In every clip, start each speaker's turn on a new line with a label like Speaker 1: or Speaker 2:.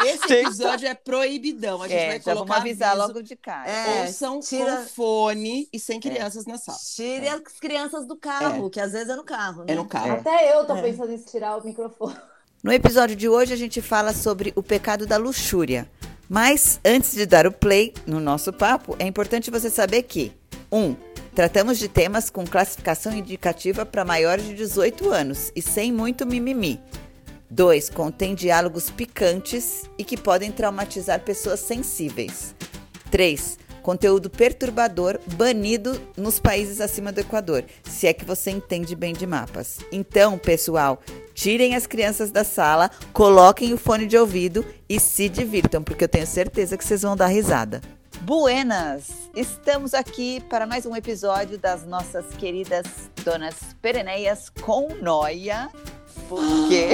Speaker 1: Esse episódio é proibidão. A gente
Speaker 2: É,
Speaker 1: vai
Speaker 2: já
Speaker 1: colocar
Speaker 2: vamos avisar
Speaker 1: aviso.
Speaker 2: logo de cara.
Speaker 3: É,
Speaker 1: Ouçam
Speaker 3: tira-
Speaker 1: com fone e sem crianças na sala.
Speaker 3: Tire as crianças do carro, que às vezes é no carro, né?
Speaker 1: É no carro.
Speaker 4: Até eu tô
Speaker 3: É.
Speaker 4: pensando em tirar o microfone.
Speaker 2: No episódio de hoje a gente fala sobre o pecado da luxúria. Mas antes de dar o play no nosso papo, é importante você saber que 1. Um, tratamos de temas com classificação indicativa para maiores de 18 anos e sem muito mimimi. 2. Contém diálogos picantes e que podem traumatizar pessoas sensíveis. 3. Conteúdo perturbador banido nos países acima do Equador, se é que você entende bem de mapas. Então, pessoal, tirem as crianças da sala, coloquem o fone de ouvido e se divirtam, porque eu tenho certeza que vocês vão dar risada. Buenas! Estamos aqui para mais um episódio das nossas queridas donas pereneias com noia, porque.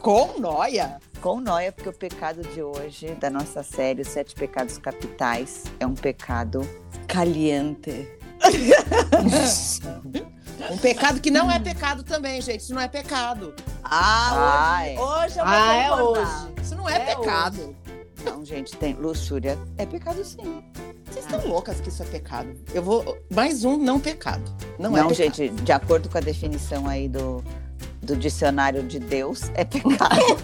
Speaker 1: Com noia?
Speaker 2: Com noia, porque o pecado de hoje, da nossa série, Os Sete Pecados Capitais, é um pecado caliente.
Speaker 1: Um pecado que não é pecado também, gente. Isso não é pecado.
Speaker 3: Ah,
Speaker 2: Ah,
Speaker 3: hoje,
Speaker 2: é.
Speaker 3: hoje eu vou
Speaker 4: Ah, é
Speaker 3: concordar.
Speaker 1: Isso não é,
Speaker 3: É
Speaker 1: pecado.
Speaker 2: Não, gente, tem luxúria. É pecado sim.
Speaker 1: Vocês estão loucas que isso é pecado. Eu vou. Mais um não pecado. Não,
Speaker 2: Não,
Speaker 1: é pecado.
Speaker 2: gente, de acordo com a definição aí do, do dicionário de Deus, é pecado.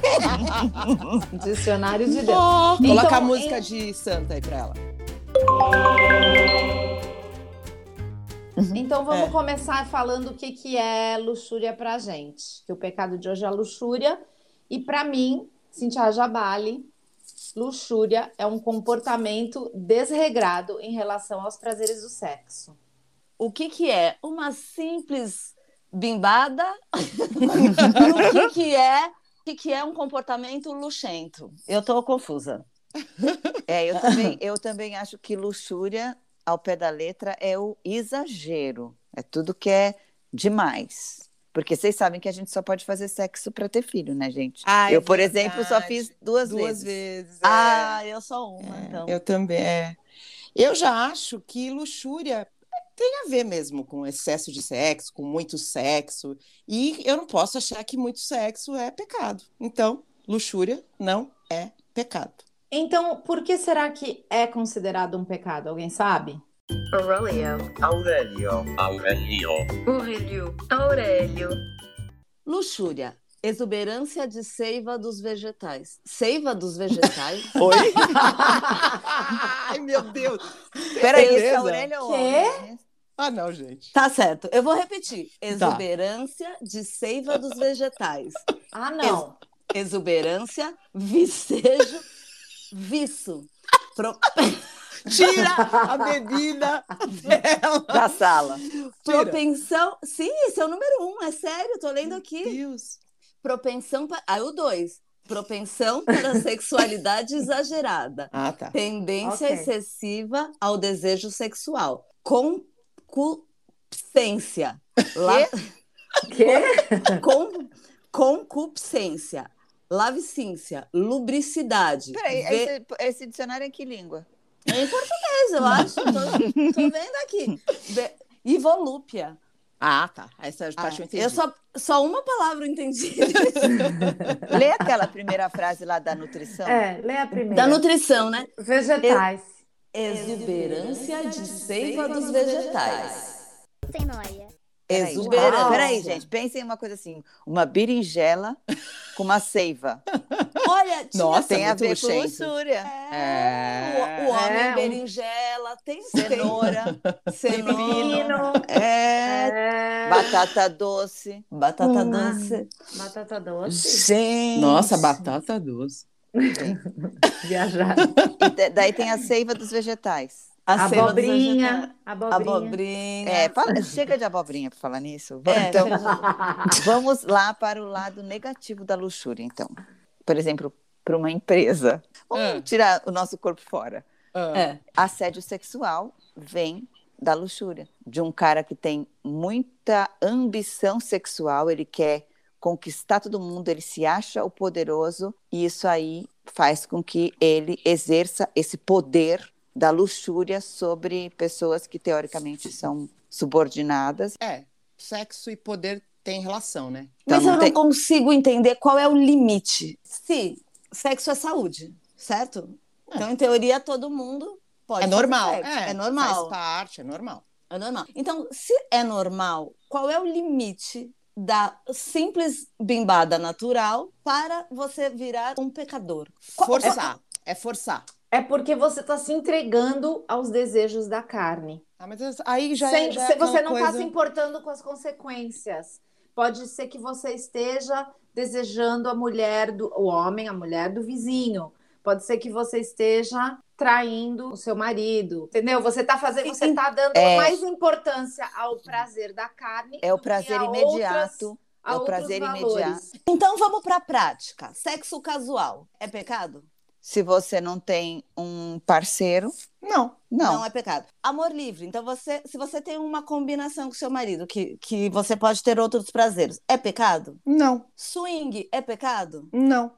Speaker 4: Dicionário de Deus.
Speaker 1: Oh, coloca
Speaker 4: Então,
Speaker 1: a música de santa aí pra ela.
Speaker 4: Então vamos
Speaker 1: É.
Speaker 4: começar falando o que, que é luxúria pra gente. Que o pecado de hoje é a luxúria. E pra mim, Cintia Jabali, luxúria é um comportamento desregrado em relação aos prazeres do sexo.
Speaker 3: O que que é? Uma simples bimbada? o que que é? O que que é um comportamento luxento? Eu tô confusa.
Speaker 2: é, eu também, eu também acho que luxúria, ao pé da letra, é o exagero. É tudo que é demais. Porque vocês sabem que a gente só pode fazer sexo pra ter filho, né, gente?
Speaker 1: Ah, é
Speaker 2: eu, por exemplo, só
Speaker 1: verdade.
Speaker 2: fiz duas,
Speaker 1: Duas
Speaker 2: vezes.
Speaker 1: vezes. é.
Speaker 3: Ah, eu sou uma, então.
Speaker 1: Eu também, é. Eu já acho que luxúria tem a ver mesmo com excesso de sexo, com muito sexo. E eu não posso achar que muito sexo é pecado. Então, luxúria não é pecado.
Speaker 4: Então, por que será que é considerado um pecado? Alguém sabe?
Speaker 5: Aurelio,
Speaker 6: Aurelio,
Speaker 5: Aurelio,
Speaker 6: Aurelio, Aurelio,
Speaker 3: Luxúria, exuberância de seiva dos vegetais. Seiva dos vegetais?
Speaker 2: Oi?
Speaker 1: Ai, meu Deus!
Speaker 2: Peraí,
Speaker 1: Beleza.
Speaker 2: esse é Aurélio é um
Speaker 4: Quê?
Speaker 2: homem, né?
Speaker 1: Ah, não, gente.
Speaker 3: tá certo, eu vou repetir.
Speaker 1: Tá.
Speaker 3: Exuberância de seiva dos vegetais.
Speaker 4: Ah, não.
Speaker 3: Exuberância, vicejo, viço. Pro-
Speaker 1: Tira a bebida dela!
Speaker 2: Da sala.
Speaker 1: Tira.
Speaker 3: propensão. Sim, esse é o número um, é sério, eu tô lendo
Speaker 1: Meu
Speaker 3: aqui.
Speaker 1: Deus!
Speaker 3: Propensão. Pa... Aí o dois. Propensão para a sexualidade exagerada.
Speaker 1: Ah, tá.
Speaker 3: Tendência
Speaker 4: Ok.
Speaker 3: excessiva ao desejo sexual. Concupiscência. La...
Speaker 4: Quê?
Speaker 3: Con... Concupiscência. Lavicíncia. Lubricidade.
Speaker 2: Peraí,
Speaker 3: Ve-
Speaker 2: esse, esse dicionário é em que língua?
Speaker 3: É em português, eu acho. Tô, tô vendo aqui. Ve... E volúpia.
Speaker 1: Ah, tá. Essa parte eu entendi.
Speaker 3: Eu só, só uma palavra eu entendi.
Speaker 2: Lê aquela primeira frase lá da nutrição.
Speaker 4: É, lê a primeira.
Speaker 3: da nutrição, né?
Speaker 4: Vegetais.
Speaker 3: Exuberância de seiva dos vegetais.
Speaker 7: Sem noia.
Speaker 2: Peraí,
Speaker 3: Exuberância.
Speaker 2: Peraí, gente, pensem em uma coisa assim: uma berinjela com uma seiva.
Speaker 3: Olha, tinha
Speaker 1: Nossa,
Speaker 2: Tem a
Speaker 1: muito
Speaker 2: ver com
Speaker 1: luxento.
Speaker 2: luxúria.
Speaker 1: É.
Speaker 3: O, o homem
Speaker 4: É, um-
Speaker 3: berinjela, tem cenoura, cenoura,
Speaker 4: Pepino.
Speaker 2: É.
Speaker 4: É,
Speaker 2: Batata doce.
Speaker 3: batata
Speaker 4: Hum.
Speaker 3: doce.
Speaker 4: Batata doce.
Speaker 2: Gente.
Speaker 1: Nossa, batata doce.
Speaker 4: Viajar.
Speaker 2: E da- daí tem a seiva dos vegetais.
Speaker 3: A cenoura
Speaker 4: Abobrinha.
Speaker 3: dos
Speaker 4: Abobrinha.
Speaker 3: vegetais. Abobrinha.
Speaker 2: É, fala- chega de abobrinha pra falar nisso. Vamos,
Speaker 3: É,
Speaker 2: então, Vamos lá para o lado negativo da luxúria, então. Por exemplo, para uma empresa. Vamos
Speaker 1: Ah.
Speaker 2: tirar o nosso corpo fora.
Speaker 1: Ah,
Speaker 3: É.
Speaker 2: Assédio sexual vem da luxúria, de um cara que tem muita ambição sexual, ele quer conquistar todo mundo, ele se acha o poderoso, e isso aí faz com que ele exerça esse poder da luxúria sobre pessoas que teoricamente são subordinadas.
Speaker 1: é. Sexo e poder têm relação, né?
Speaker 2: Então,
Speaker 3: Mas
Speaker 2: não
Speaker 3: eu não
Speaker 2: tem-
Speaker 3: consigo entender qual é o limite. Se sexo é saúde, certo? Então, em teoria, todo mundo pode.
Speaker 1: É
Speaker 3: fazer
Speaker 1: normal.
Speaker 3: sexo. É, normal.
Speaker 1: Faz parte, é normal.
Speaker 3: É normal. Então, se é normal, qual é o limite da simples bimbada natural para você virar um pecador? Qual-
Speaker 1: Forçar. É forçar.
Speaker 4: É porque você está se entregando aos desejos da carne.
Speaker 1: Ah, mas aí já
Speaker 4: Sem-
Speaker 1: é. Já é
Speaker 4: se- você
Speaker 1: aquela
Speaker 4: não tá está
Speaker 1: coisa...
Speaker 4: se importando com as consequências. Pode ser que você esteja desejando a mulher do o homem, a mulher do vizinho. Pode ser que você esteja traindo o seu marido, entendeu? Você está fazendo, você tá dando
Speaker 2: É.
Speaker 4: mais importância ao prazer da carne.
Speaker 2: É o
Speaker 4: do que
Speaker 2: prazer
Speaker 4: a
Speaker 2: imediato.
Speaker 4: outras- a
Speaker 2: é o
Speaker 4: outros
Speaker 2: prazer
Speaker 4: valores.
Speaker 2: imediato.
Speaker 3: Então, vamos para a prática. Sexo casual é pecado?
Speaker 2: Se você não tem um parceiro,
Speaker 1: Não.
Speaker 2: não.
Speaker 3: é pecado. Amor livre. Então, você, se você tem uma combinação com seu marido, que, que você pode ter outros prazeres, é pecado?
Speaker 1: Não.
Speaker 3: Swing é pecado?
Speaker 1: Não.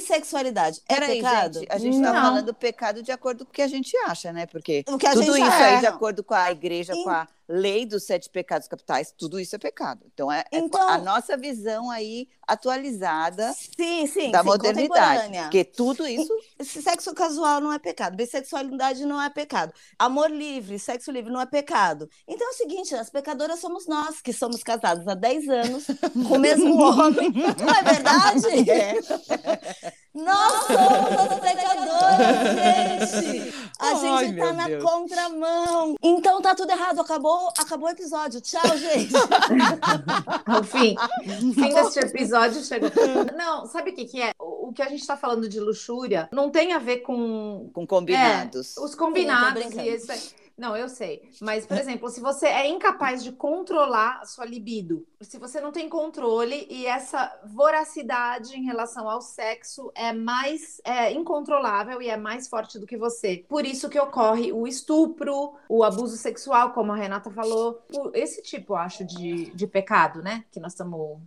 Speaker 3: Bissexualidade é
Speaker 2: Peraí,
Speaker 3: pecado?
Speaker 2: gente, a gente tá
Speaker 1: Não.
Speaker 2: falando pecado de acordo com o que a gente acha, né? Porque
Speaker 3: O que a
Speaker 2: tudo
Speaker 3: gente é
Speaker 2: isso
Speaker 3: acha.
Speaker 2: aí, de acordo com a igreja,
Speaker 3: Em-
Speaker 2: com a lei dos sete pecados capitais, tudo isso é pecado. Então, é, é
Speaker 3: Então-
Speaker 2: a nossa visão aí atualizada
Speaker 3: Sim, sim.
Speaker 2: da
Speaker 3: sim,
Speaker 2: modernidade.
Speaker 3: contemporânea.
Speaker 2: Porque tudo isso
Speaker 3: Se sexo casual não é pecado, bissexualidade não é pecado, amor livre, sexo livre não é pecado. Então é o seguinte, as pecadoras somos nós, que somos casados há 10 anos, com o mesmo homem. Não é verdade? Nós somos as pecadoras, gente! A
Speaker 1: Ai,
Speaker 3: gente
Speaker 1: meu
Speaker 3: tá na
Speaker 1: Deus.
Speaker 3: contramão. Então tá tudo errado, acabou, acabou o episódio. Tchau, gente!
Speaker 4: Ao fim, fim deste episódio chegou. Não, sabe o que, que é? O o que a gente está falando de luxúria não tem a ver com
Speaker 3: é,
Speaker 2: com combinados.
Speaker 4: os combinados
Speaker 3: Sim, eu tô
Speaker 4: e
Speaker 3: brincando.
Speaker 4: isso aí. Não, eu sei. Mas, por exemplo, se você é incapaz de controlar a sua libido, se você não tem controle e essa voracidade em relação ao sexo é mais é, incontrolável e é mais forte do que você. Por isso que ocorre o estupro, o abuso sexual, como a Renata falou. O- Esse tipo, eu acho, de, de pecado, né? Que nós estamos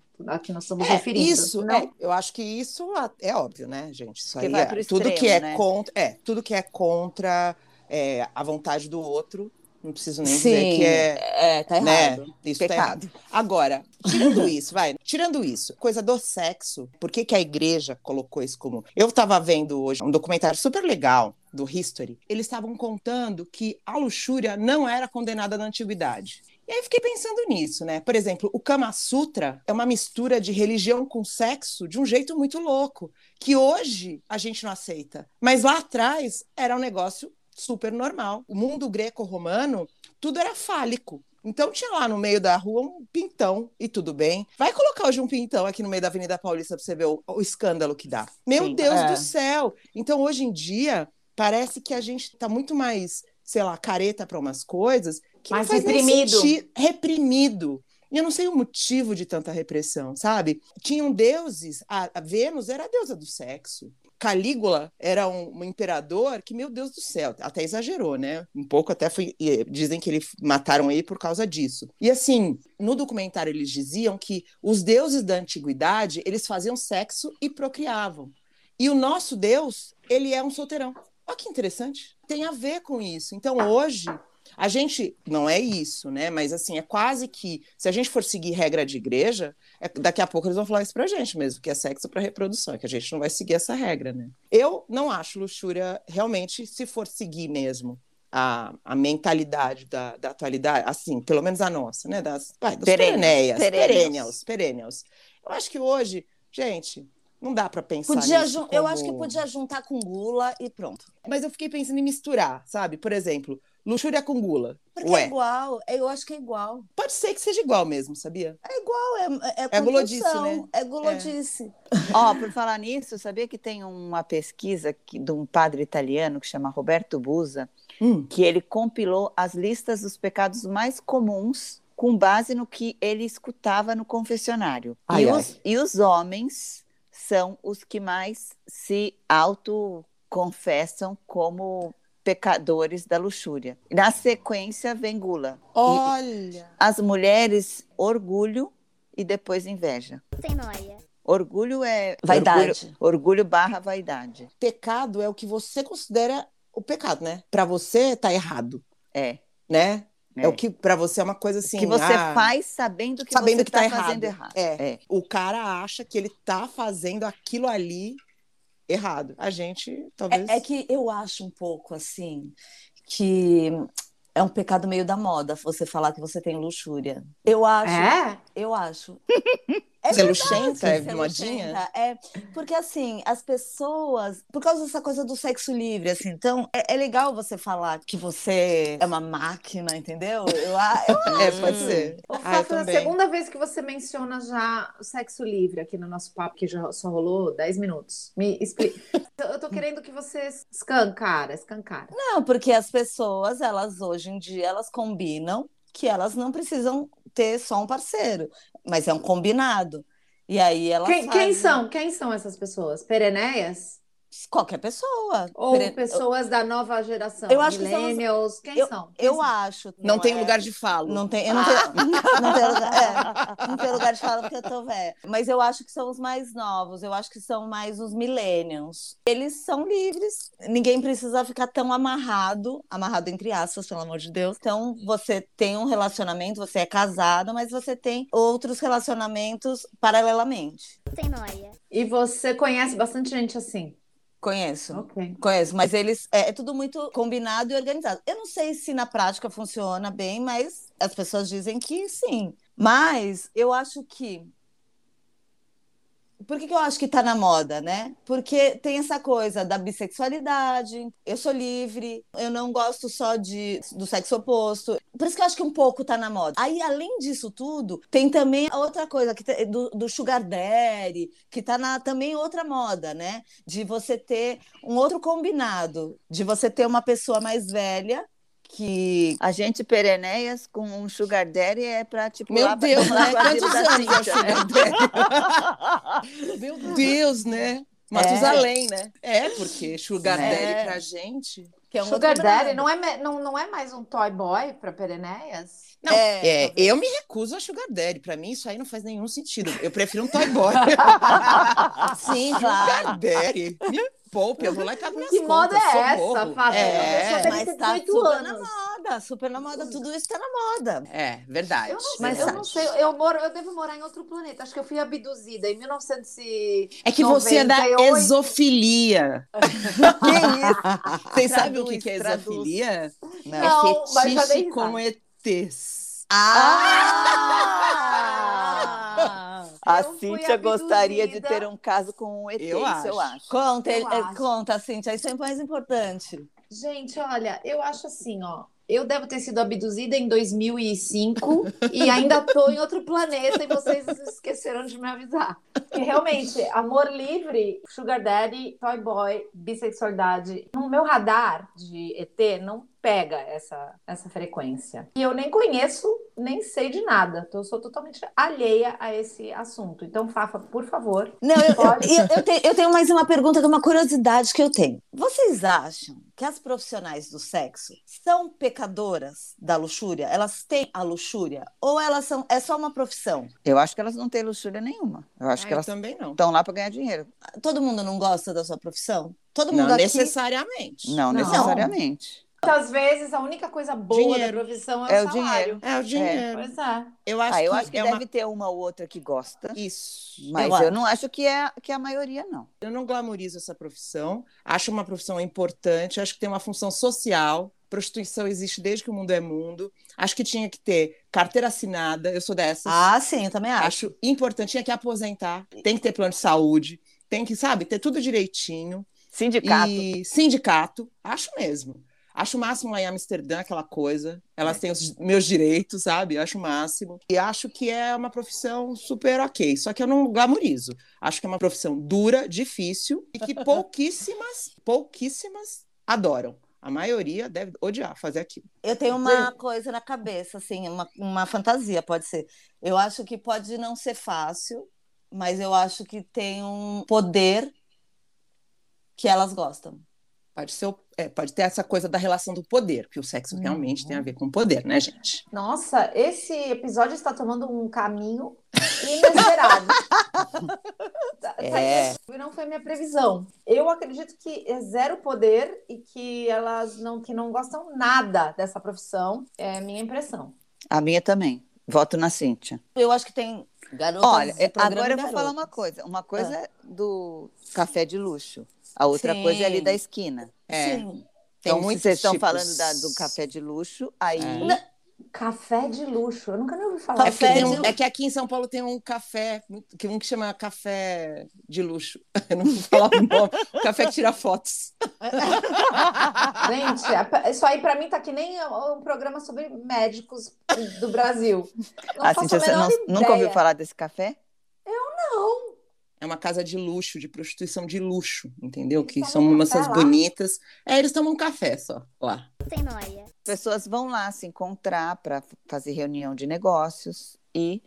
Speaker 4: que nós estamos
Speaker 1: É,
Speaker 4: referindo.
Speaker 1: isso,
Speaker 4: né?
Speaker 1: é, eu acho que isso a- é óbvio, né, gente? Isso
Speaker 2: Que
Speaker 1: aí
Speaker 2: vai
Speaker 1: é,
Speaker 2: pro
Speaker 1: tudo
Speaker 2: extremo,
Speaker 1: que é
Speaker 2: né?
Speaker 1: contra, é, tudo que é contra é, a vontade do outro, não preciso nem dizer
Speaker 3: Sim,
Speaker 1: que é,
Speaker 3: É, tá
Speaker 1: né,
Speaker 3: errado.
Speaker 1: isso tá errado.
Speaker 2: pecado.
Speaker 1: Agora, tirando isso, vai, tirando isso, coisa do sexo, por que, que a igreja colocou isso como. Eu tava vendo hoje um documentário super legal do History. Eles estavam contando que a luxúria não era condenada na antiguidade. E aí fiquei pensando nisso, né? Por exemplo, o Kama Sutra é uma mistura de religião com sexo de um jeito muito louco, que hoje a gente não aceita. Mas lá atrás era um negócio super normal. O mundo greco-romano tudo era fálico. Então tinha lá no meio da rua um pintão e tudo bem. Vai colocar hoje um pintão aqui no meio da Avenida Paulista pra você ver o, o escândalo que dá. Meu
Speaker 2: Sim,
Speaker 1: Deus
Speaker 2: é.
Speaker 1: do céu! Então hoje em dia parece que a gente tá muito mais, sei lá, careta pra umas coisas que
Speaker 4: Mais
Speaker 1: não faz nem
Speaker 4: reprimido.
Speaker 1: senti- reprimido. E eu não sei o motivo de tanta repressão, sabe? Tinham deuses, a, a Vênus era a deusa do sexo. Calígula era um, um imperador que, meu Deus do céu, até exagerou, né? Um pouco até foi. e Dizem que ele mataram ele por causa disso. E assim, no documentário eles diziam que os deuses da antiguidade eles faziam sexo e procriavam. E o nosso Deus, ele é um solteirão. Olha que interessante. Tem a ver com isso. Então hoje. A gente não é isso, né? Mas assim, é quase que se a gente for seguir regra de igreja, é- daqui a pouco eles vão falar isso pra gente mesmo, que é sexo pra reprodução, é que a gente não vai seguir essa regra, né? Eu não acho luxúria realmente, se for seguir mesmo a, a mentalidade da, da atualidade, assim, pelo menos a nossa, né? Das, vai, dos
Speaker 2: Perennes,
Speaker 1: perennials,
Speaker 2: perennials.
Speaker 1: perennials, perennials. Eu acho que hoje, gente, não dá pra pensar
Speaker 3: Podia
Speaker 1: nisso
Speaker 3: jun- Eu acho que
Speaker 1: como-
Speaker 3: podia juntar com gula e pronto.
Speaker 1: Mas eu fiquei pensando em misturar, sabe? Por exemplo, luxúria com gula.
Speaker 3: Porque é
Speaker 1: Ué,
Speaker 3: igual, eu acho que é igual.
Speaker 1: pode ser que seja igual mesmo, sabia?
Speaker 3: É igual, é, é,
Speaker 1: É gulodice,
Speaker 3: compulsão,
Speaker 1: né?
Speaker 3: É gulodice.
Speaker 2: Ó, por falar nisso, sabia que tem uma pesquisa que- de um padre italiano que chama Roberto Busa,
Speaker 1: Hum.
Speaker 2: que ele compilou as listas dos pecados mais comuns com base no que ele escutava no confessionário.
Speaker 1: Ai,
Speaker 2: e,
Speaker 1: ai.
Speaker 2: os, e os homens são os que mais se autoconfessam como pecadores da luxúria. Na sequência vem gula.
Speaker 1: Olha!
Speaker 2: As mulheres, orgulho e depois inveja. Orgulho é
Speaker 3: Vaidade.
Speaker 2: Orgulho, orgulho barra vaidade.
Speaker 1: Pecado é o que você considera o pecado, né? Pra você tá errado,
Speaker 2: É.
Speaker 1: né? É,
Speaker 2: É.
Speaker 1: o que pra você é uma coisa assim.
Speaker 2: que você
Speaker 1: ah,
Speaker 2: faz sabendo que
Speaker 1: sabendo
Speaker 2: você
Speaker 1: que tá
Speaker 2: está fazendo É.
Speaker 1: errado.
Speaker 2: errado.
Speaker 1: É. O cara acha que ele tá fazendo aquilo ali errado. A gente, talvez.
Speaker 3: É, é que eu acho um pouco assim que é um pecado meio da moda você falar que você tem luxúria. Eu acho,
Speaker 4: É?
Speaker 3: eu acho. É
Speaker 1: Ser
Speaker 3: verdade,
Speaker 1: luxenta, é
Speaker 3: ser
Speaker 1: modinha?
Speaker 3: luxenta, É, porque assim, as pessoas, por causa dessa coisa do sexo livre, assim, então é, é legal você falar que você é uma máquina, entendeu? Eu, a- eu
Speaker 1: É, pode ser.
Speaker 4: O
Speaker 1: Ah, eu
Speaker 4: fato é a
Speaker 1: também.
Speaker 4: segunda vez que você menciona já o sexo livre aqui no nosso papo, que já só rolou 10 minutos. Me explica. Eu- Eu tô querendo que você escancara, escancara.
Speaker 3: Não, porque as pessoas, elas hoje em dia, elas combinam que elas não precisam ter só um parceiro, mas é um combinado. E aí elas
Speaker 4: Quem, quem
Speaker 3: fazem
Speaker 4: são? Quem são essas pessoas? Pereneias?
Speaker 3: qualquer pessoa.
Speaker 4: Ou
Speaker 3: Peren-
Speaker 4: pessoas da nova geração?
Speaker 3: Eu acho que são as-
Speaker 4: Millennials? Quem são? Quem
Speaker 3: Eu
Speaker 4: são?
Speaker 3: acho.
Speaker 1: Não, tem
Speaker 3: é-
Speaker 1: lugar de falo.
Speaker 3: Não tem, eu não, tenho, não, tenho lugar, é, não tenho lugar de falar porque eu tô velha. Mas eu acho que são os mais novos, eu acho que são mais os millennials. Eles são livres, ninguém precisa ficar tão amarrado, amarrado entre aspas, pelo amor de Deus. Então você tem um relacionamento, você é casado, mas você tem outros relacionamenos paralelamente.
Speaker 7: Sem noia.
Speaker 4: E você conhece bastante gente assim.
Speaker 3: Conheço.
Speaker 4: Ok.
Speaker 3: Conheço, mas eles é, é tudo muito combinado e organizado. Eu não sei se na prática funciona bem, mas as pessoas dizem que sim. Mas eu acho que. Por que, que eu acho que tá na moda, né? Porque tem essa coisa da bissexualidade, eu sou livre, eu não gosto só de, do sexo oposto. Por isso que eu acho que um pouco tá na moda. Aí, além disso tudo, tem também a outra coisa que te- do, do Sugar Daddy, que tá na, também outra moda, né? De você ter um outro combinado de você ter uma pessoa mais velha que
Speaker 2: A gente pereneias com um sugar daddy é pra, tipo,
Speaker 1: Meu
Speaker 2: lá,
Speaker 1: Deus,
Speaker 2: vamos lá
Speaker 1: né?
Speaker 2: pra Vila
Speaker 1: Quantos
Speaker 2: da
Speaker 1: anos é o
Speaker 2: Cintia, né?
Speaker 1: Sugar Daddy? Meu Deus, né? Matusalém, né? É, porque Sugar
Speaker 2: É.
Speaker 1: Daddy pra gente.
Speaker 3: que é um
Speaker 4: Sugar
Speaker 3: outro brother.
Speaker 4: Daddy não é, me- não, não é mais um toy boy pra Pereneias?
Speaker 1: Não,
Speaker 3: É,
Speaker 1: é, eu me recuso a Sugar Daddy. Pra mim, isso aí não faz nenhum sentido. Eu prefiro um Toy Boy.
Speaker 3: sim claro
Speaker 1: sugar Daddy. Me poupe, eu vou lá e pago minhas
Speaker 4: Que
Speaker 1: contas.
Speaker 4: moda é essa,
Speaker 1: socorro.
Speaker 4: Fábio? A pessoa
Speaker 1: É,
Speaker 4: tem que
Speaker 3: mas
Speaker 4: ter
Speaker 3: tá
Speaker 4: 18
Speaker 3: super na
Speaker 4: anos.
Speaker 3: moda super na moda tudo isso tá na moda
Speaker 1: é, verdade.
Speaker 4: Eu não, sei,
Speaker 1: verdade.
Speaker 4: eu não sei, eu moro, eu devo morar em outro planeta. Acho que eu fui abduzida em 1900 e...
Speaker 1: É que você é da
Speaker 4: 98.
Speaker 1: exofilia. que isso? Vocês sabem o que,
Speaker 2: Traduz,
Speaker 1: que é
Speaker 2: traduz.
Speaker 1: exofilia?
Speaker 4: Não, mas já dei
Speaker 1: Fetiche
Speaker 4: risada.
Speaker 1: com ETs.
Speaker 4: Ah!
Speaker 2: A
Speaker 4: Eu fui
Speaker 2: Cíntia gostaria de
Speaker 4: abduzida.
Speaker 2: ter um caso com um ET,
Speaker 1: Eu
Speaker 2: isso eu
Speaker 1: acho.
Speaker 2: acho.
Speaker 3: conta
Speaker 4: Eu
Speaker 3: ele- é,
Speaker 4: acho.
Speaker 3: conta Cintia isso é mais importante
Speaker 4: Gente, olha, eu acho assim, ó. Eu devo ter sido abduzida em 2005 e ainda tô em outro planeta e vocês esqueceram de me avisar. Porque realmente, amor livre, sugar daddy, toy boy, bissexualidade, no meu radar de ET não pega essa, essa frequência. E eu nem conheço, nem sei de nada. Então, eu sou totalmente alheia a esse assunto. Então, Fafa, por favor.
Speaker 3: Não, eu,
Speaker 4: Pode.
Speaker 3: eu, eu tenho, eu tenho mais uma pergunta que é uma curiosidade que eu tenho. Vocês acham que as profissionais do sexo são pecadoras da luxúria? Elas têm a luxúria? Ou elas são. É só uma profissão?
Speaker 2: Eu acho que elas não têm luxúria nenhuma. Eu acho
Speaker 1: Ah,
Speaker 2: que
Speaker 1: eu
Speaker 2: elas
Speaker 1: também não.
Speaker 2: estão lá pra ganhar dinheiro.
Speaker 3: Todo mundo não gosta da sua profissão? Todo mundo
Speaker 1: Não
Speaker 3: aqui.
Speaker 1: necessariamente.
Speaker 2: Não,
Speaker 4: Não.
Speaker 2: necessariamente.
Speaker 4: Muitas vezes, a única coisa boa
Speaker 1: Dinheiro.
Speaker 4: da profissão é,
Speaker 2: É
Speaker 4: o
Speaker 2: o dinheiro.
Speaker 4: salário.
Speaker 1: É o dinheiro.
Speaker 4: Pois é.
Speaker 1: Eu acho
Speaker 2: Ah, eu
Speaker 1: que,
Speaker 2: acho que
Speaker 1: é
Speaker 2: deve
Speaker 1: uma...
Speaker 2: ter uma ou outra que gosta,
Speaker 1: Isso.
Speaker 2: mas
Speaker 3: Eu
Speaker 2: eu,
Speaker 3: acho.
Speaker 2: não acho que é, que é a maioria, não.
Speaker 1: Eu não glamorizo essa profissão. Acho uma profissão importante. Acho que tem uma função social. Prostituição existe desde que o mundo é mundo. Acho que tinha que ter carteira assinada. Eu sou dessa.
Speaker 3: Ah, sim, eu também acho.
Speaker 1: Acho importante. Tinha que aposentar. Tem que ter plano de saúde. Tem que, sabe, ter tudo direitinho.
Speaker 2: Sindicato.
Speaker 1: E sindicato. Acho mesmo. Acho o máximo lá em Amsterdã aquela coisa. Elas
Speaker 2: É.
Speaker 1: têm os meus direitos, sabe? Eu acho o máximo. E acho que é uma profissão super ok. Só que eu não glamorizo. Acho que é uma profissão dura, difícil e que pouquíssimas, pouquíssimas adoram. A maioria deve odiar fazer aquilo.
Speaker 3: Eu tenho uma coisa na cabeça, assim, uma, uma fantasia, pode ser. Eu acho que pode não ser fácil, mas eu acho que tem um poder que elas gostam.
Speaker 1: Pode, ser, o- é, pode ter essa coisa da relação do poder, que o sexo realmente
Speaker 2: Uhum.
Speaker 1: tem a ver com poder, né, gente?
Speaker 4: Nossa, esse episódio está tomando um caminho inesperado. Tá- tá
Speaker 2: É.
Speaker 4: inesperado, Não foi minha previsão. Eu acredito que é zero poder e que elas não, que não gostam nada dessa profissão. É minha impressão.
Speaker 2: A minha também. Voto na Cíntia.
Speaker 3: Eu acho que tem garotas.
Speaker 2: Olha, é,
Speaker 3: do programa
Speaker 2: agora eu vou
Speaker 3: garotas.
Speaker 2: Ah. falar uma coisa. Uma coisa do é café de luxo. A outra
Speaker 1: Sim.
Speaker 2: coisa é ali da esquina.
Speaker 1: É,
Speaker 3: Sim.
Speaker 1: tem
Speaker 2: então, se
Speaker 1: muitos
Speaker 2: vocês estão
Speaker 1: tipos.
Speaker 2: falando da- do café de luxo, aí.
Speaker 1: É.
Speaker 4: Café de luxo. Eu nunca nem ouvi falar.
Speaker 1: É, porque tem um-
Speaker 3: de lu-
Speaker 1: é que aqui em São Paulo tem um café, que um que chama café de luxo. Eu não vou falar o nome. café que tira fotos.
Speaker 4: Gente, a- isso aí pra mim tá que nem um programa sobre médicos do Brasil. Não
Speaker 2: Ah,
Speaker 4: faço
Speaker 2: Cintia,
Speaker 4: a
Speaker 2: você
Speaker 4: menor
Speaker 2: não- nunca ouviu
Speaker 4: ideia.
Speaker 2: falar desse café?
Speaker 4: Não.
Speaker 1: É uma casa de luxo, de prostituição de luxo, entendeu? Que
Speaker 4: Eles
Speaker 1: são
Speaker 4: tomam
Speaker 1: moças
Speaker 4: café lá?
Speaker 1: bonitas. É, eles tomam café só lá.
Speaker 2: As pessoas vão lá se encontrar para fazer reunião de negócios e,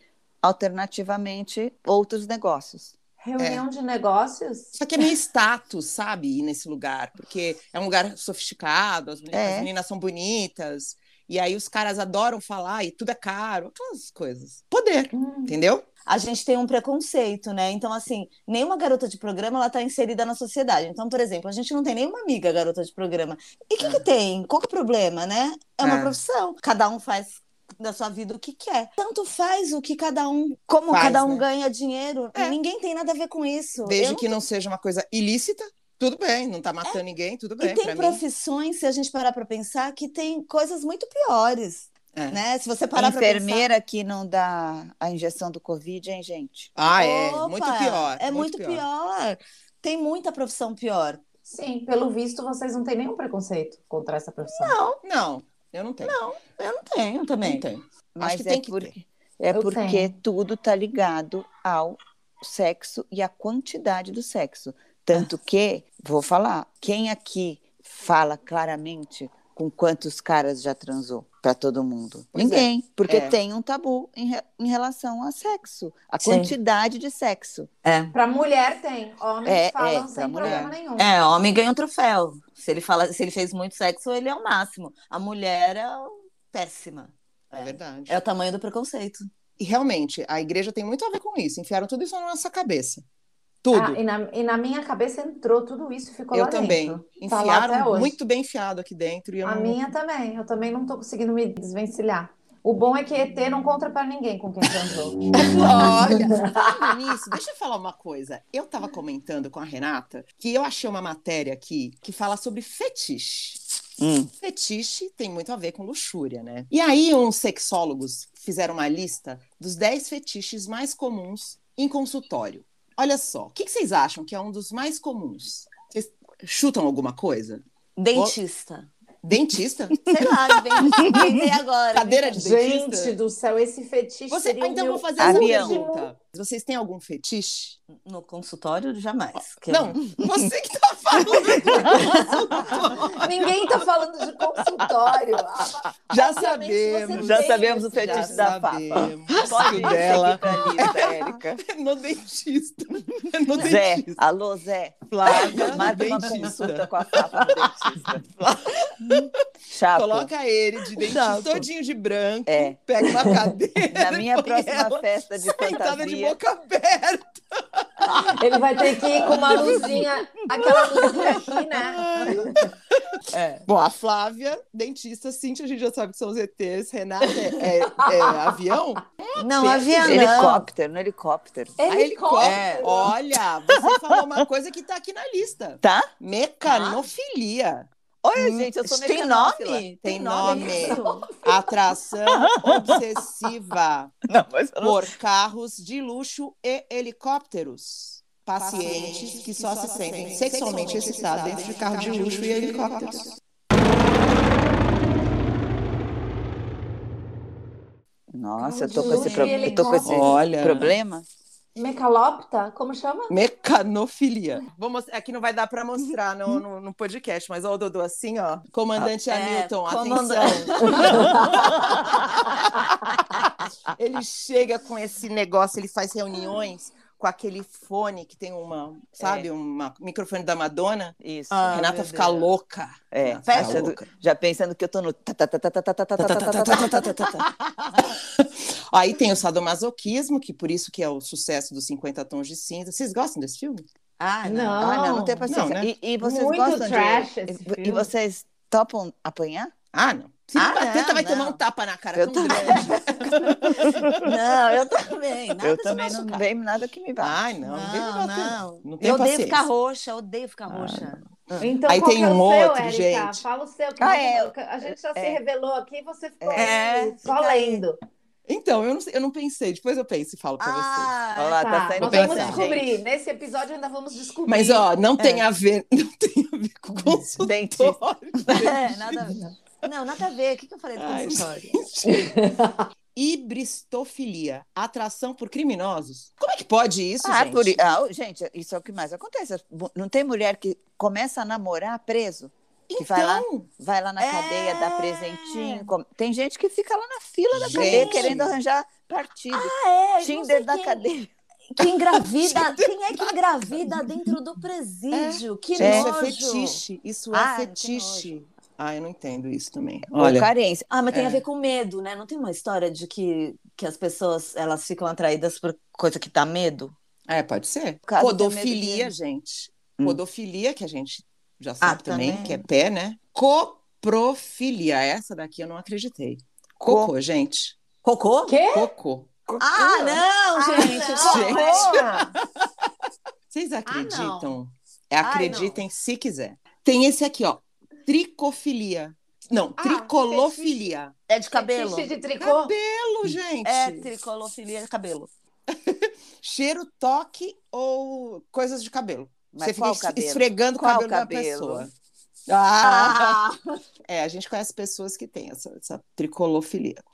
Speaker 2: alternativamente, outros negócios. É.
Speaker 4: Reunião de negócios?
Speaker 1: Só que é meio status, sabe? Ir nesse lugar, porque é um lugar sofisticado, as meninas,
Speaker 2: É.
Speaker 1: as meninas são bonitas, e aí os caras adoram falar e tudo é caro, aquelas coisas. Poder,
Speaker 4: Hum.
Speaker 1: entendeu?
Speaker 3: a gente tem um preconceito, né? Então, assim, nenhuma garota de programa ela tá inserida na sociedade. Então, por exemplo, a gente não tem nenhuma amiga garota de programa. E o que, que tem? Qual que é o problema, né? É uma
Speaker 1: É.
Speaker 3: profissão. Cada um faz da sua vida o que quer. Tanto faz o que cada um, como
Speaker 1: Faz,
Speaker 3: cada um
Speaker 1: né?
Speaker 3: ganha dinheiro.
Speaker 1: É.
Speaker 3: Ninguém tem nada a ver com isso.
Speaker 1: Desde
Speaker 3: Eu
Speaker 1: que não seja uma coisa ilícita, tudo bem, não tá matando ninguém, tudo
Speaker 3: E
Speaker 1: bem.
Speaker 3: tem
Speaker 1: pra mim. é
Speaker 3: profissões, se a gente parar pra pensar, que tem coisas muito piores,
Speaker 1: É.
Speaker 3: né? Se você parar pra pensar...
Speaker 2: Enfermeira que não dá a injeção do Covid, hein, gente?
Speaker 1: Ah, é,
Speaker 3: Opa,
Speaker 1: muito pior.
Speaker 3: É muito, pior. Tem muita profissão pior.
Speaker 4: Sim, pelo visto vocês não têm nenhum preconceito contra essa profissão.
Speaker 1: Não, eu não tenho. Não,
Speaker 3: Eu não tenho também.
Speaker 1: não tenho.
Speaker 2: Mas
Speaker 1: que
Speaker 2: é
Speaker 1: tem que
Speaker 2: porque,
Speaker 1: ter.
Speaker 2: é
Speaker 4: Eu
Speaker 2: porque
Speaker 4: tenho.
Speaker 2: tudo tá ligado ao sexo e à quantidade do sexo. Tanto que, vou falar, quem aqui fala claramente com quantos caras já transou para todo mundo?
Speaker 1: Pois é.
Speaker 2: Ninguém, porque
Speaker 1: É.
Speaker 2: tem um tabu em, re- em relação a sexo, a
Speaker 3: Sim.
Speaker 2: quantidade de sexo.
Speaker 4: Pra mulher tem. Homens
Speaker 2: É,
Speaker 4: falam
Speaker 2: é, pra
Speaker 4: sem problema nenhum. Ah,
Speaker 3: É, homem ganha um troféu. Se ele fala, se ele fez muito sexo, ele é o máximo. A mulher é o- péssima.
Speaker 1: É verdade.
Speaker 3: É o tamanho do preconceito.
Speaker 1: E realmente, a igreja tem muito a ver com isso. Enfiaram tudo isso na nossa cabeça.
Speaker 4: Ah,
Speaker 1: Tudo.
Speaker 4: e, na, e na minha cabeça entrou tudo isso e ficou
Speaker 1: eu
Speaker 4: lá
Speaker 1: também.
Speaker 4: dentro. Tá lá até
Speaker 1: Enfiaram
Speaker 4: hoje.
Speaker 1: muito bem enfiado aqui dentro. E eu
Speaker 4: A
Speaker 1: não...
Speaker 4: minha também. Eu também não tô conseguindo me desvencilhar. O bom é que ET não conta pra ninguém com quem transou.
Speaker 1: Olha, falando nisso, deixa eu falar uma coisa. Eu tava comentando com a Renata que eu achei uma matéria aqui que fala sobre fetiche.
Speaker 4: Hum.
Speaker 1: Fetiche tem muito a ver com luxúria, né? E aí, uns sexólogos fizeram uma lista dos 10 fetiches mais comuns em consultório. Olha só, o que que vocês acham que é um dos mais comuns? Vocês chutam alguma coisa?
Speaker 3: Dentista.
Speaker 1: Dentista?
Speaker 3: Sei lá, inventei inventei agora.
Speaker 1: Cadeira de dentista?
Speaker 4: Gente do céu, esse fetiche
Speaker 1: Você,
Speaker 4: seria o
Speaker 1: então, eu
Speaker 4: meu
Speaker 1: vou fazer essa
Speaker 2: avião.
Speaker 1: pergunta. Vocês têm algum fetiche?
Speaker 3: No consultório, jamais. Que
Speaker 1: Não, você que tá falando.
Speaker 4: Ninguém tá falando de consultório. Ah,
Speaker 1: Já
Speaker 4: Obviamente,
Speaker 1: sabemos.
Speaker 4: você Já
Speaker 2: sabemos o
Speaker 1: Já
Speaker 2: fetiche da Papa.
Speaker 1: sabemos. Isso
Speaker 2: Pode ir
Speaker 1: dela
Speaker 2: pra lista, Érica.
Speaker 1: é no dentista. É no
Speaker 2: Zé,
Speaker 1: dentista.
Speaker 2: alô, Zé.
Speaker 1: Flávia, no
Speaker 2: Marca uma consulta
Speaker 1: dentista.
Speaker 2: com a Papa do dentista. Chato.
Speaker 1: Coloca ele de dentista
Speaker 2: Exato.
Speaker 1: todinho de branco,
Speaker 2: É.
Speaker 1: pega uma cadeira.
Speaker 2: Na minha
Speaker 1: põe
Speaker 2: próxima
Speaker 1: ela
Speaker 2: festa de
Speaker 1: sentada de
Speaker 2: fantasia,
Speaker 1: boca aberta.
Speaker 4: Ele vai ter que ir com uma luzinha, aquela luzinha aqui, né?
Speaker 2: É.
Speaker 1: Bom, a Flávia, dentista, Cintia, a gente já sabe que são os ETs. Renata é, é- é avião?
Speaker 3: não havia não.
Speaker 2: helicóptero, no helicóptero.
Speaker 1: A helicóptero. Olha, você falou uma coisa que tá aqui na lista.
Speaker 2: Tá?
Speaker 1: Mecanofilia.
Speaker 2: Olha, gente, eu sou
Speaker 3: Isso Hum, tem
Speaker 2: mecanófila.
Speaker 3: nome?
Speaker 1: Tem nome.
Speaker 3: isso?
Speaker 1: Atração obsessiva
Speaker 2: Não, mas eu não-
Speaker 1: por carros de luxo e helicópteros. Pacientes que só se sentem sexualmente excitados dentro de carro de luxo e helicópteros.
Speaker 2: Nossa, eu
Speaker 4: Carro
Speaker 2: tô
Speaker 4: de
Speaker 2: com esse,
Speaker 4: luxo
Speaker 2: pro-
Speaker 4: e
Speaker 2: eu tô com esse
Speaker 1: Olha.
Speaker 2: problema.
Speaker 4: Mecalopta? Como chama?
Speaker 1: Mecanofilia. Vou mostrar, aqui não vai dar pra mostrar no, no, no podcast, mas ó, o Dodô assim, ó. Comandante
Speaker 3: É,
Speaker 1: Hamilton,
Speaker 3: comanda-
Speaker 1: atenção. ele chega com esse negócio, ele faz reuniões com aquele fone que tem uma, sabe, uma microfone da Madonna.
Speaker 2: Isso.
Speaker 1: A Renata
Speaker 3: meu
Speaker 1: fica
Speaker 3: Deus.
Speaker 1: louca.
Speaker 2: é,
Speaker 1: Renata fica
Speaker 2: pensando-
Speaker 1: Ah, louca.
Speaker 2: já pensando que eu tô no. tá, tá, tá, tá, tá, tá, tá, tá, tá, tá, tá, tá, tá, tá, tá.
Speaker 1: Aí tem o sadomasoquismo, que por isso que é o sucesso dos 50 tons de cinza. Vocês gostam desse filme?
Speaker 3: Ah,
Speaker 4: Não.
Speaker 3: não.
Speaker 2: Ah, não, não tem paciência.
Speaker 1: Não, né?
Speaker 2: E, e vocês
Speaker 4: Muito
Speaker 2: gostam
Speaker 4: trash
Speaker 2: de.
Speaker 4: esse
Speaker 2: e
Speaker 4: filme.
Speaker 2: vocês topam apanhar?
Speaker 1: Ah, não. Filho
Speaker 3: Ah,
Speaker 1: bateta
Speaker 3: não,
Speaker 1: vai
Speaker 3: não.
Speaker 1: tomar um tapa na cara
Speaker 2: Eu
Speaker 1: tão
Speaker 2: também.
Speaker 1: grande.
Speaker 3: Não, eu também. Nada
Speaker 2: eu
Speaker 3: de
Speaker 2: também não
Speaker 3: machucar.
Speaker 2: veio nada que me bata.
Speaker 1: Ai, não, não, vem me
Speaker 3: Não,
Speaker 1: bater, não.
Speaker 3: não.
Speaker 1: Não tenho
Speaker 3: Eu odeio
Speaker 1: paciência. Ah,
Speaker 3: ficar roxa, eu odeio ficar roxa.
Speaker 4: Então,
Speaker 1: Aí
Speaker 4: qual
Speaker 1: tem
Speaker 4: que é
Speaker 1: um
Speaker 4: o seu,
Speaker 1: outro,
Speaker 4: Érica?
Speaker 1: gente.
Speaker 4: Fala o seu. Que
Speaker 2: Ah,
Speaker 4: nós-
Speaker 2: é,
Speaker 4: A gente já se
Speaker 2: é.
Speaker 4: revelou aqui e você ficou
Speaker 2: É,
Speaker 4: aí, só
Speaker 2: fica aí.
Speaker 4: lendo.
Speaker 1: Então, eu não, sei- eu não pensei, depois eu penso e falo
Speaker 3: Ah,
Speaker 1: pra vocês.
Speaker 2: Olha lá, tá,
Speaker 4: Tá,
Speaker 2: saindo
Speaker 4: nós
Speaker 1: bem,
Speaker 4: vamos
Speaker 1: tá,
Speaker 4: descobrir. Nesse episódio ainda vamos descobrir.
Speaker 1: Mas, ó, não tem
Speaker 2: É. Hum,
Speaker 1: a ver, não tem a ver com o consultório.
Speaker 2: Dentista.
Speaker 3: É, nada a ver. Não, nada a ver. O que, que eu falei do
Speaker 1: Ai,
Speaker 3: consultório?
Speaker 1: Hibristofilia, atração por criminosos. Como é que pode isso,
Speaker 2: Ah,
Speaker 1: gente?
Speaker 2: por i- ah, gente, isso é o que mais acontece. As mu- Não tem mulher que começa a namorar preso? Que vai lá,
Speaker 1: Então,
Speaker 2: vai lá na
Speaker 3: É.
Speaker 2: cadeia, dá presentinho. com- Tem gente que fica lá na fila da
Speaker 1: Gente.
Speaker 2: cadeia querendo arranjar partido.
Speaker 3: É, não
Speaker 2: Tinder
Speaker 3: sei
Speaker 2: da
Speaker 3: quem-
Speaker 2: cadeia.
Speaker 3: Que engravida, quem é que engravida dentro do presídio? Que
Speaker 1: gente,
Speaker 3: nojo.
Speaker 1: isso é fetiche. Isso
Speaker 3: Ah,
Speaker 1: é
Speaker 3: não tem
Speaker 1: fetiche. Ah, eu não entendo isso também.
Speaker 2: Ou
Speaker 1: Olha,
Speaker 2: carência.
Speaker 3: Ah, mas tem
Speaker 1: É.
Speaker 3: a ver com medo, né? Não tem uma história de que, que as pessoas elas ficam atraídas por coisa que dá medo?
Speaker 1: é, pode ser.
Speaker 2: Caso tenha medo
Speaker 1: Podofilia,
Speaker 2: de-
Speaker 1: gente.
Speaker 2: Hum.
Speaker 1: Podofilia, que a gente já sabe também,
Speaker 3: também.
Speaker 1: que é pé, né? Coprofilia. Essa daqui eu não acreditei. Cocô, gente.
Speaker 3: Cocô?
Speaker 4: Quê?
Speaker 1: Cocô.
Speaker 3: Ah, não, gente.
Speaker 1: gente.
Speaker 3: Cocô.
Speaker 1: Vocês acreditam? é,
Speaker 3: não.
Speaker 1: acreditem se quiser. Tem esse aqui, ó. Tricofilia. Não,
Speaker 4: Ah,
Speaker 1: tricolofilia.
Speaker 3: É de cabelo.
Speaker 4: Fetiche de tricô?
Speaker 1: Cabelo, gente.
Speaker 3: É tricolofilia de cabelo.
Speaker 1: Cheiro, toque ou coisas de cabelo.
Speaker 2: Mas
Speaker 1: Você
Speaker 2: qual
Speaker 1: fica es-
Speaker 2: cabelo?
Speaker 1: esfregando
Speaker 2: Qual
Speaker 1: o cabelo,
Speaker 2: cabelo?
Speaker 1: da pessoa. Ah, É, a gente conhece pessoas que têm essa, essa tricolofilia.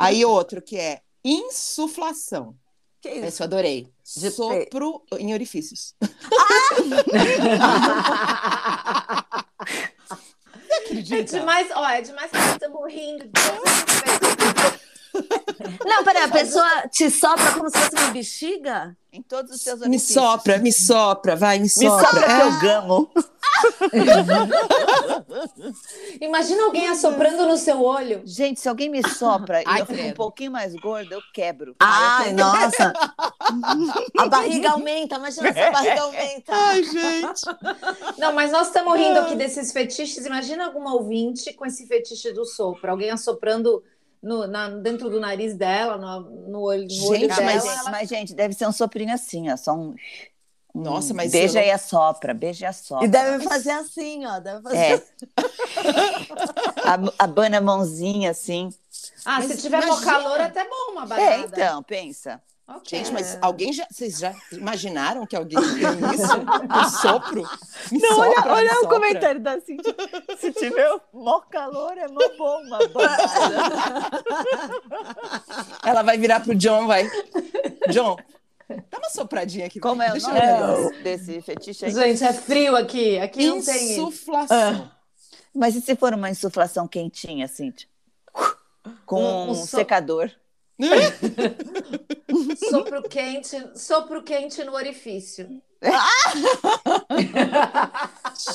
Speaker 1: Aí outro que é insuflação.
Speaker 3: que
Speaker 1: Esse eu adorei.
Speaker 3: De
Speaker 1: Sopro em orifícios. Ah!
Speaker 4: É
Speaker 1: Acredita?
Speaker 4: demais, ó, é demais que nós estamos rindo. de tudo.
Speaker 3: Não, peraí, a pessoa te sopra como se fosse uma bexiga?
Speaker 2: Em todos os seus
Speaker 1: Me
Speaker 2: orifícios.
Speaker 1: sopra, me sopra, vai, me
Speaker 2: Me
Speaker 1: sopra. É.
Speaker 2: sopra que eu gamo.
Speaker 4: Imagina alguém assoprando no seu olho.
Speaker 2: Gente, se alguém me sopra e
Speaker 1: Ai,
Speaker 2: eu fico um
Speaker 1: credo.
Speaker 2: pouquinho mais gorda, eu quebro.
Speaker 3: Ai, nossa. A barriga aumenta, imagina se a barriga aumenta.
Speaker 1: Ai, gente.
Speaker 4: Não, mas nós estamos rindo aqui desses fetiches. Imagina alguma ouvinte com esse fetiche do sopro. Alguém assoprando no, na- dentro do nariz dela, no, no olho, no olho
Speaker 2: Gente,
Speaker 4: dela.
Speaker 2: mas,
Speaker 4: ela-
Speaker 2: mas, gente, deve ser um soprinho assim, ó. Só um. um
Speaker 1: Nossa, mas
Speaker 2: Beija
Speaker 1: eu não-
Speaker 2: e assopra, beija e assopra.
Speaker 3: E deve fazer assim, ó. Deve fazer
Speaker 2: É. A- Abana a mãozinha assim.
Speaker 4: Ah, se tiver
Speaker 1: imagina.
Speaker 4: mó calor, até bom uma
Speaker 2: É,
Speaker 4: banada.
Speaker 2: então, pensa.
Speaker 4: Ok.
Speaker 1: Gente, mas alguém já. Vocês já imaginaram que alguém tem isso? Um sopro? Me sopra, me sopra.
Speaker 2: da Cintia. Se tiver mó calor, é mó bom uma
Speaker 1: Ela vai virar pro John, vai. John, dá uma sopradinha aqui.
Speaker 2: Como é o
Speaker 1: Deixa
Speaker 2: nome
Speaker 1: eu ver.
Speaker 2: desse- desse fetiche aí?
Speaker 4: Gente, é frio aqui. Aqui não tem isso.
Speaker 1: Insuflação.
Speaker 2: Mas e se for uma insuflação quentinha, Cintia? Com
Speaker 4: Um- um
Speaker 2: um,
Speaker 4: so-
Speaker 2: secador.
Speaker 4: Sopro quente, sopro quente no orifício.
Speaker 1: Ah.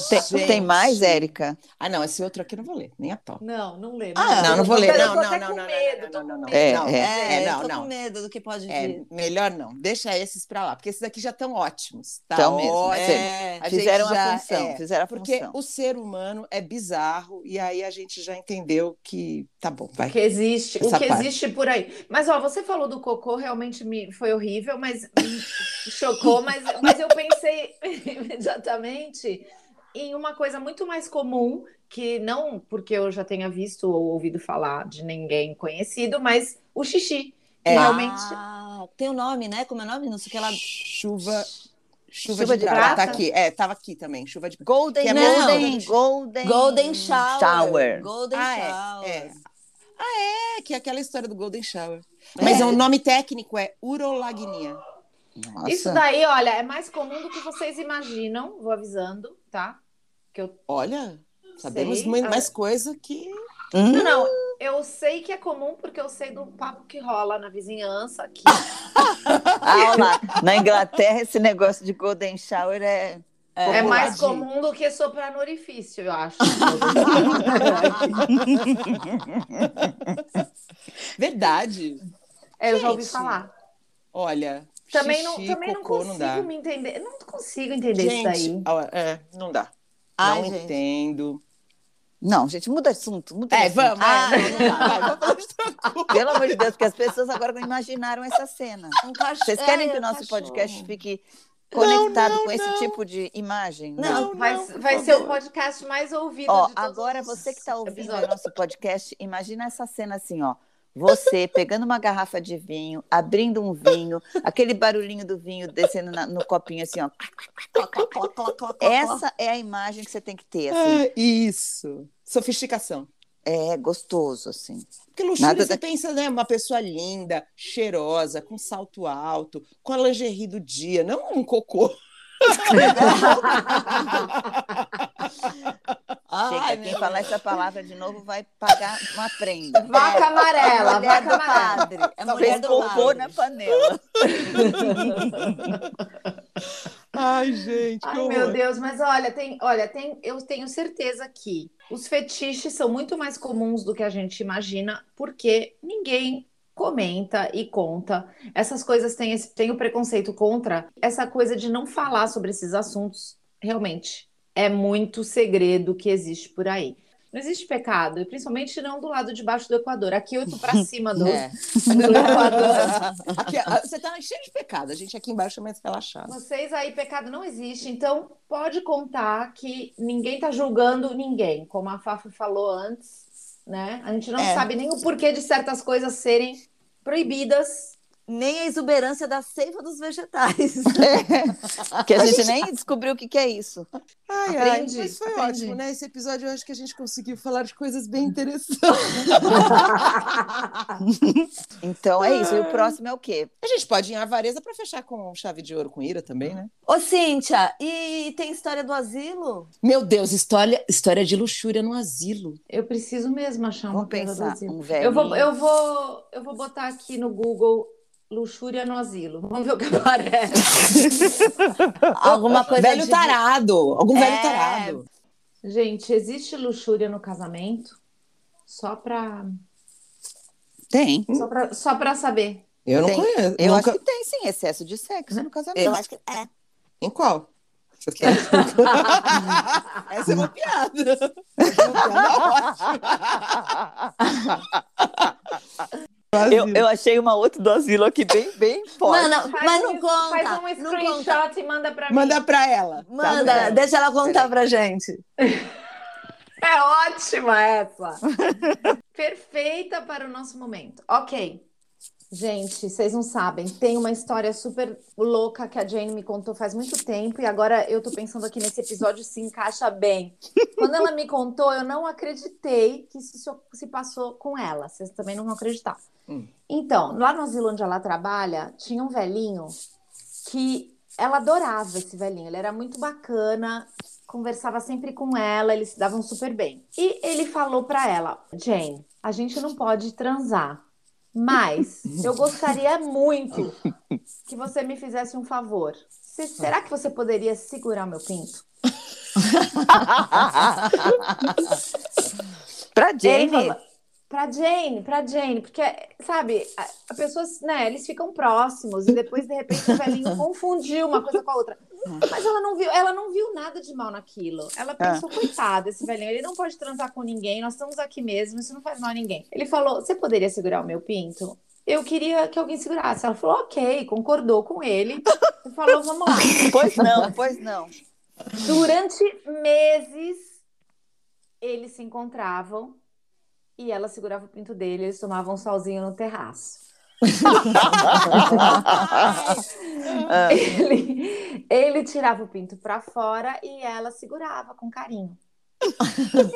Speaker 2: Tem,
Speaker 1: Gente.
Speaker 2: tem mais, Érica?
Speaker 1: Ah, não, esse outro aqui eu não vou ler, nem a pau.
Speaker 4: Não, não lê.
Speaker 3: Ah,
Speaker 1: Não, não vou ler.
Speaker 4: Eu tô
Speaker 1: Não, não,
Speaker 4: até
Speaker 1: não,
Speaker 4: com
Speaker 1: não, não,
Speaker 4: medo,
Speaker 1: não, não, não, não.
Speaker 2: É,
Speaker 1: Não,
Speaker 2: é.
Speaker 1: é,
Speaker 3: eu
Speaker 1: não,
Speaker 3: tô
Speaker 1: não.
Speaker 3: com medo do que pode
Speaker 1: É,
Speaker 3: vir.
Speaker 1: melhor não. Deixa esses pra lá, porque esses daqui já estão ótimos. Tá
Speaker 2: Tão mesmo,
Speaker 1: ótimo.
Speaker 2: sim.
Speaker 1: A gente
Speaker 2: Fizeram a,
Speaker 1: já-
Speaker 2: função,
Speaker 1: é,
Speaker 2: fizeram a
Speaker 1: Porque
Speaker 2: função.
Speaker 1: o ser humano é bizarro e aí a gente já entendeu que tá bom, vai.
Speaker 4: O que existe, o
Speaker 1: Essa
Speaker 4: que
Speaker 1: parte.
Speaker 4: existe por aí. Mas ó, você falou do cocô, realmente me foi horrível, mas me chocou, mas, mas eu pensei imediatamente em uma coisa muito mais comum, que não porque eu já tenha visto ou ouvido falar de ninguém conhecido, mas o xixi. que
Speaker 1: É.
Speaker 4: Realmente.
Speaker 3: Ah, tem o nome, né? Como é o nome? Não sei o que lá.
Speaker 1: Chuva, chuva,
Speaker 2: Chuva
Speaker 1: de,
Speaker 2: de
Speaker 1: prata.
Speaker 4: prata?
Speaker 1: Tá aqui. É, tava aqui também, chuva de prata.
Speaker 2: Golden,
Speaker 1: Que é
Speaker 2: golden, golden,
Speaker 3: Golden Shower. Golden
Speaker 1: Ah,
Speaker 3: Shower.
Speaker 1: é, é. Ah, é, que é aquela história do Golden Shower.
Speaker 3: É.
Speaker 1: Mas
Speaker 2: um
Speaker 1: o nome técnico é urolagnia. Ah,
Speaker 2: Nossa.
Speaker 4: Isso daí, olha, é mais comum do que vocês imaginam, vou avisando, tá?
Speaker 1: Olha, sabemos
Speaker 4: Sei.
Speaker 1: muito
Speaker 4: Ah.
Speaker 1: mais coisa que.
Speaker 4: Não, não. Eu sei que é comum porque eu sei do papo que rola na vizinhança aqui.
Speaker 2: Ah, olha lá. Na Inglaterra, esse negócio de golden shower é.
Speaker 4: É mais
Speaker 2: popular.
Speaker 4: comum do que soprar no orifício, eu acho.
Speaker 1: Verdade.
Speaker 4: É, eu já ouvi
Speaker 1: Gente,
Speaker 4: falar.
Speaker 1: Olha.
Speaker 4: Também,
Speaker 1: xixi,
Speaker 4: não, também não
Speaker 1: cocô,
Speaker 4: consigo
Speaker 1: dá.
Speaker 4: me entender. Não consigo entender
Speaker 1: Gente,
Speaker 4: isso daí.
Speaker 1: ó, é, não dá.
Speaker 3: Ai,
Speaker 1: não
Speaker 3: gente.
Speaker 1: entendo.
Speaker 2: Não, gente, muda de assunto. Muda de
Speaker 1: É,
Speaker 2: assunto.
Speaker 1: vamos.
Speaker 3: Ah,
Speaker 1: é.
Speaker 3: não dá.
Speaker 2: Pelo amor de Deus, porque as pessoas agora não imaginaram essa cena.
Speaker 3: Um cachorro.
Speaker 2: Vocês querem
Speaker 3: É,
Speaker 2: que o
Speaker 3: um
Speaker 2: nosso
Speaker 3: cachorro.
Speaker 2: podcast fique conectado
Speaker 1: não,
Speaker 2: com
Speaker 1: não.
Speaker 2: esse tipo de imagem?
Speaker 3: Não,
Speaker 4: Não, vai,
Speaker 1: não,
Speaker 4: vai
Speaker 1: por
Speaker 4: ser o
Speaker 1: favor.
Speaker 4: podcast mais ouvido
Speaker 2: Ó,
Speaker 4: de todos
Speaker 2: agora
Speaker 4: os
Speaker 2: você que está ouvindo o
Speaker 4: episódios.
Speaker 2: nosso podcast, imagina essa cena assim, ó. Você pegando uma garrafa de vinho, abrindo um vinho, aquele barulhinho do vinho descendo na- no copinho assim, ó.
Speaker 3: Cló, cló, cló, cló, cló, cló.
Speaker 2: Essa é a imagem que você tem que ter, assim.
Speaker 1: Ah, isso. Sofisticação.
Speaker 2: É gostoso, assim.
Speaker 1: Porque luxúria,
Speaker 2: Nada
Speaker 1: você
Speaker 2: da-
Speaker 1: pensa, né? Uma pessoa linda, cheirosa, com salto alto, com a lingerie do dia, não um cocô.
Speaker 2: Chega,
Speaker 1: Ai, né?
Speaker 2: quem
Speaker 1: meu
Speaker 2: falar essa palavra de novo vai pagar uma prenda.
Speaker 4: Vaca amarela,
Speaker 2: é mulher
Speaker 4: vaca
Speaker 2: do
Speaker 4: amarela.
Speaker 2: padre. É
Speaker 3: Só
Speaker 2: mulher
Speaker 3: fez
Speaker 2: do
Speaker 3: cocô
Speaker 2: padre.
Speaker 3: na
Speaker 2: na panela.
Speaker 1: Ai, gente, que
Speaker 4: Ai,
Speaker 1: horror.
Speaker 4: meu Deus, mas olha, tem, olha, tem, eu tenho certeza que os fetiches são muito mais comuns do que a gente imagina, porque ninguém comenta e conta. Essas coisas têm, esse- têm o preconceito contra essa coisa de não falar sobre esses assuntos. Realmente, é muito segredo que existe por aí. Não existe pecado, e principalmente não do lado de baixo do Equador. Aqui eu tô pra cima
Speaker 1: É.
Speaker 4: do, do Equador.
Speaker 1: Aqui, ah, você tá cheio de pecado. A gente aqui embaixo é mais relaxado.
Speaker 4: Vocês aí, pecado não existe, então pode contar que ninguém tá julgando ninguém, como a Fafa falou antes, né? A gente não
Speaker 1: É.
Speaker 4: sabe nem o porquê de certas coisas serem proibidas.
Speaker 3: Nem a exuberância da seiva dos vegetais.
Speaker 2: que a gente nem descobriu o que, que é isso.
Speaker 1: Ai,
Speaker 4: Aprendi,
Speaker 1: ai, mas foi
Speaker 4: aprendi.
Speaker 1: ótimo, né? Esse episódio eu acho que a gente conseguiu falar de coisas bem interessantes.
Speaker 2: Então é isso. E o próximo é o quê?
Speaker 1: A gente pode ir em avareza pra fechar com chave de ouro com ira também, né?
Speaker 3: Ô, Cíntia, e tem história do asilo?
Speaker 1: Meu Deus, história, história de luxúria no asilo.
Speaker 4: Eu preciso mesmo achar uma
Speaker 2: Vamos
Speaker 4: coisa do
Speaker 2: pensar.
Speaker 4: asilo.
Speaker 2: Um velho.
Speaker 4: Eu vou, eu vou, eu vou botar aqui no Google luxúria no asilo. Vamos ver o que aparece.
Speaker 3: Alguma coisa
Speaker 1: Ah, velho
Speaker 3: de...
Speaker 1: tarado, algum
Speaker 3: É.
Speaker 1: velho tarado.
Speaker 4: Gente, existe luxúria no casamento? Só pra,
Speaker 2: Tem.
Speaker 4: só pra, só pra saber.
Speaker 1: Eu não
Speaker 2: Tem.
Speaker 1: conheço.
Speaker 2: Eu
Speaker 1: Nunca-
Speaker 2: acho que tem, sim, excesso de sexo no casamento.
Speaker 3: Eu acho que é.
Speaker 1: Em qual? Você tá- Essa é uma piada. Essa é uma piada ótima.
Speaker 2: Eu, eu achei uma outra do asilo aqui bem, bem forte.
Speaker 3: Mano,
Speaker 4: Faz
Speaker 3: mas não
Speaker 4: um-
Speaker 3: conta.
Speaker 4: Faz um
Speaker 3: não conta.
Speaker 4: screenshot e manda pra mim.
Speaker 1: Manda pra ela. Tá
Speaker 3: Manda,
Speaker 1: bom.
Speaker 3: deixa ela contar pra gente.
Speaker 4: É ótima essa! Perfeita para o nosso momento. Ok. Gente, vocês não sabem, tem uma história super louca que a Jane me contou faz muito tempo e agora eu tô pensando aqui nesse episódio se encaixa bem. Quando ela me contou, eu não acreditei que isso se- se passou com ela. Vocês também não vão acreditar.
Speaker 1: Hum.
Speaker 4: Então, lá no asilo onde ela trabalha, tinha um velhinho que ela adorava esse velhinho. Ele era muito bacana, conversava sempre com ela, eles se davam super bem. E ele falou pra ela: Jane, a gente não pode transar, mas eu gostaria muito que você me fizesse um favor. Se- será que você poderia segurar meu pinto?
Speaker 2: pra Jane,
Speaker 4: Ele falou- Pra Jane, pra Jane, porque, sabe, a- as pessoas, né, eles ficam próximos e depois, de repente, o velhinho confundiu uma coisa com a outra. Mas ela não viu, ela não viu nada de mal naquilo. Ela pensou, coitado, esse velhinho, ele não pode transar com ninguém, nós estamos aqui mesmo, isso não faz mal a ninguém. Ele falou: você poderia segurar o meu pinto? Eu queria que alguém segurasse. Ela falou, ok, concordou com ele. E falou, vamos lá.
Speaker 2: pois não, pois não.
Speaker 4: Durante meses, eles se encontravam e ela segurava o pinto dele, eles tomavam um solzinho no terraço. Ele, ele tirava o pinto pra fora e ela segurava com carinho.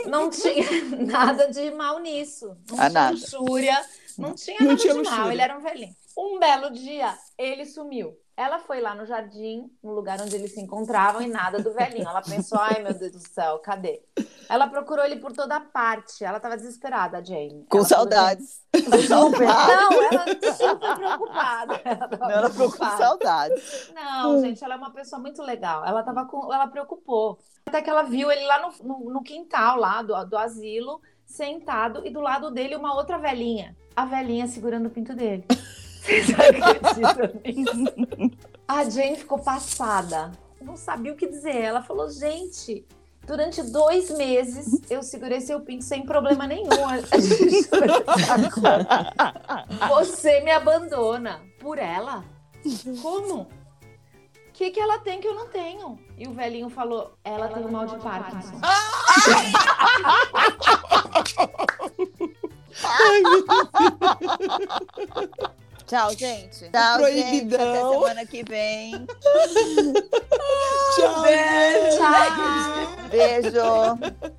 Speaker 4: Não tinha nada de mal nisso. Não
Speaker 2: Ah,
Speaker 4: tinha
Speaker 2: nada.
Speaker 4: luxúria, não tinha
Speaker 1: Não
Speaker 4: nada
Speaker 1: tinha
Speaker 4: de mal.
Speaker 1: luxúria.
Speaker 4: Ele era um velhinho. Um belo dia, ele sumiu. Ela foi lá no jardim, no lugar onde eles se encontravam, e nada do velhinho. Ela pensou: ai meu Deus do céu, cadê? Ela procurou ele por toda parte. Ela tava desesperada, a Jane.
Speaker 2: Com
Speaker 4: Ela falou,
Speaker 2: saudades.
Speaker 4: "Gente, Não, ela super preocupada. Ela tava
Speaker 2: Não, ela ficou com
Speaker 4: preocupada.
Speaker 2: saudades.
Speaker 4: Não, gente, ela é uma pessoa muito legal. Ela tava com. Ela preocupou. Até que ela viu ele lá no, no- no quintal lá do, do asilo, sentado, e do lado dele uma outra velhinha. A velhinha segurando o pinto dele. Vocês acreditam nisso? A Jane ficou passada. Não sabia o que dizer. Ela falou, gente. Durante dois meses, eu segurei seu pinto sem problema nenhum. A gente foi pro saco. Você me abandona por ela? Como? O que, que ela tem que eu não tenho? E o velhinho falou, ela, tem o mal de Parkinson.
Speaker 3: Tchau,
Speaker 2: Tchau,
Speaker 3: gente.
Speaker 2: gente. Até
Speaker 1: Proibidão.
Speaker 2: semana que vem.
Speaker 1: Tchau,
Speaker 4: Tchau!
Speaker 2: Beijo.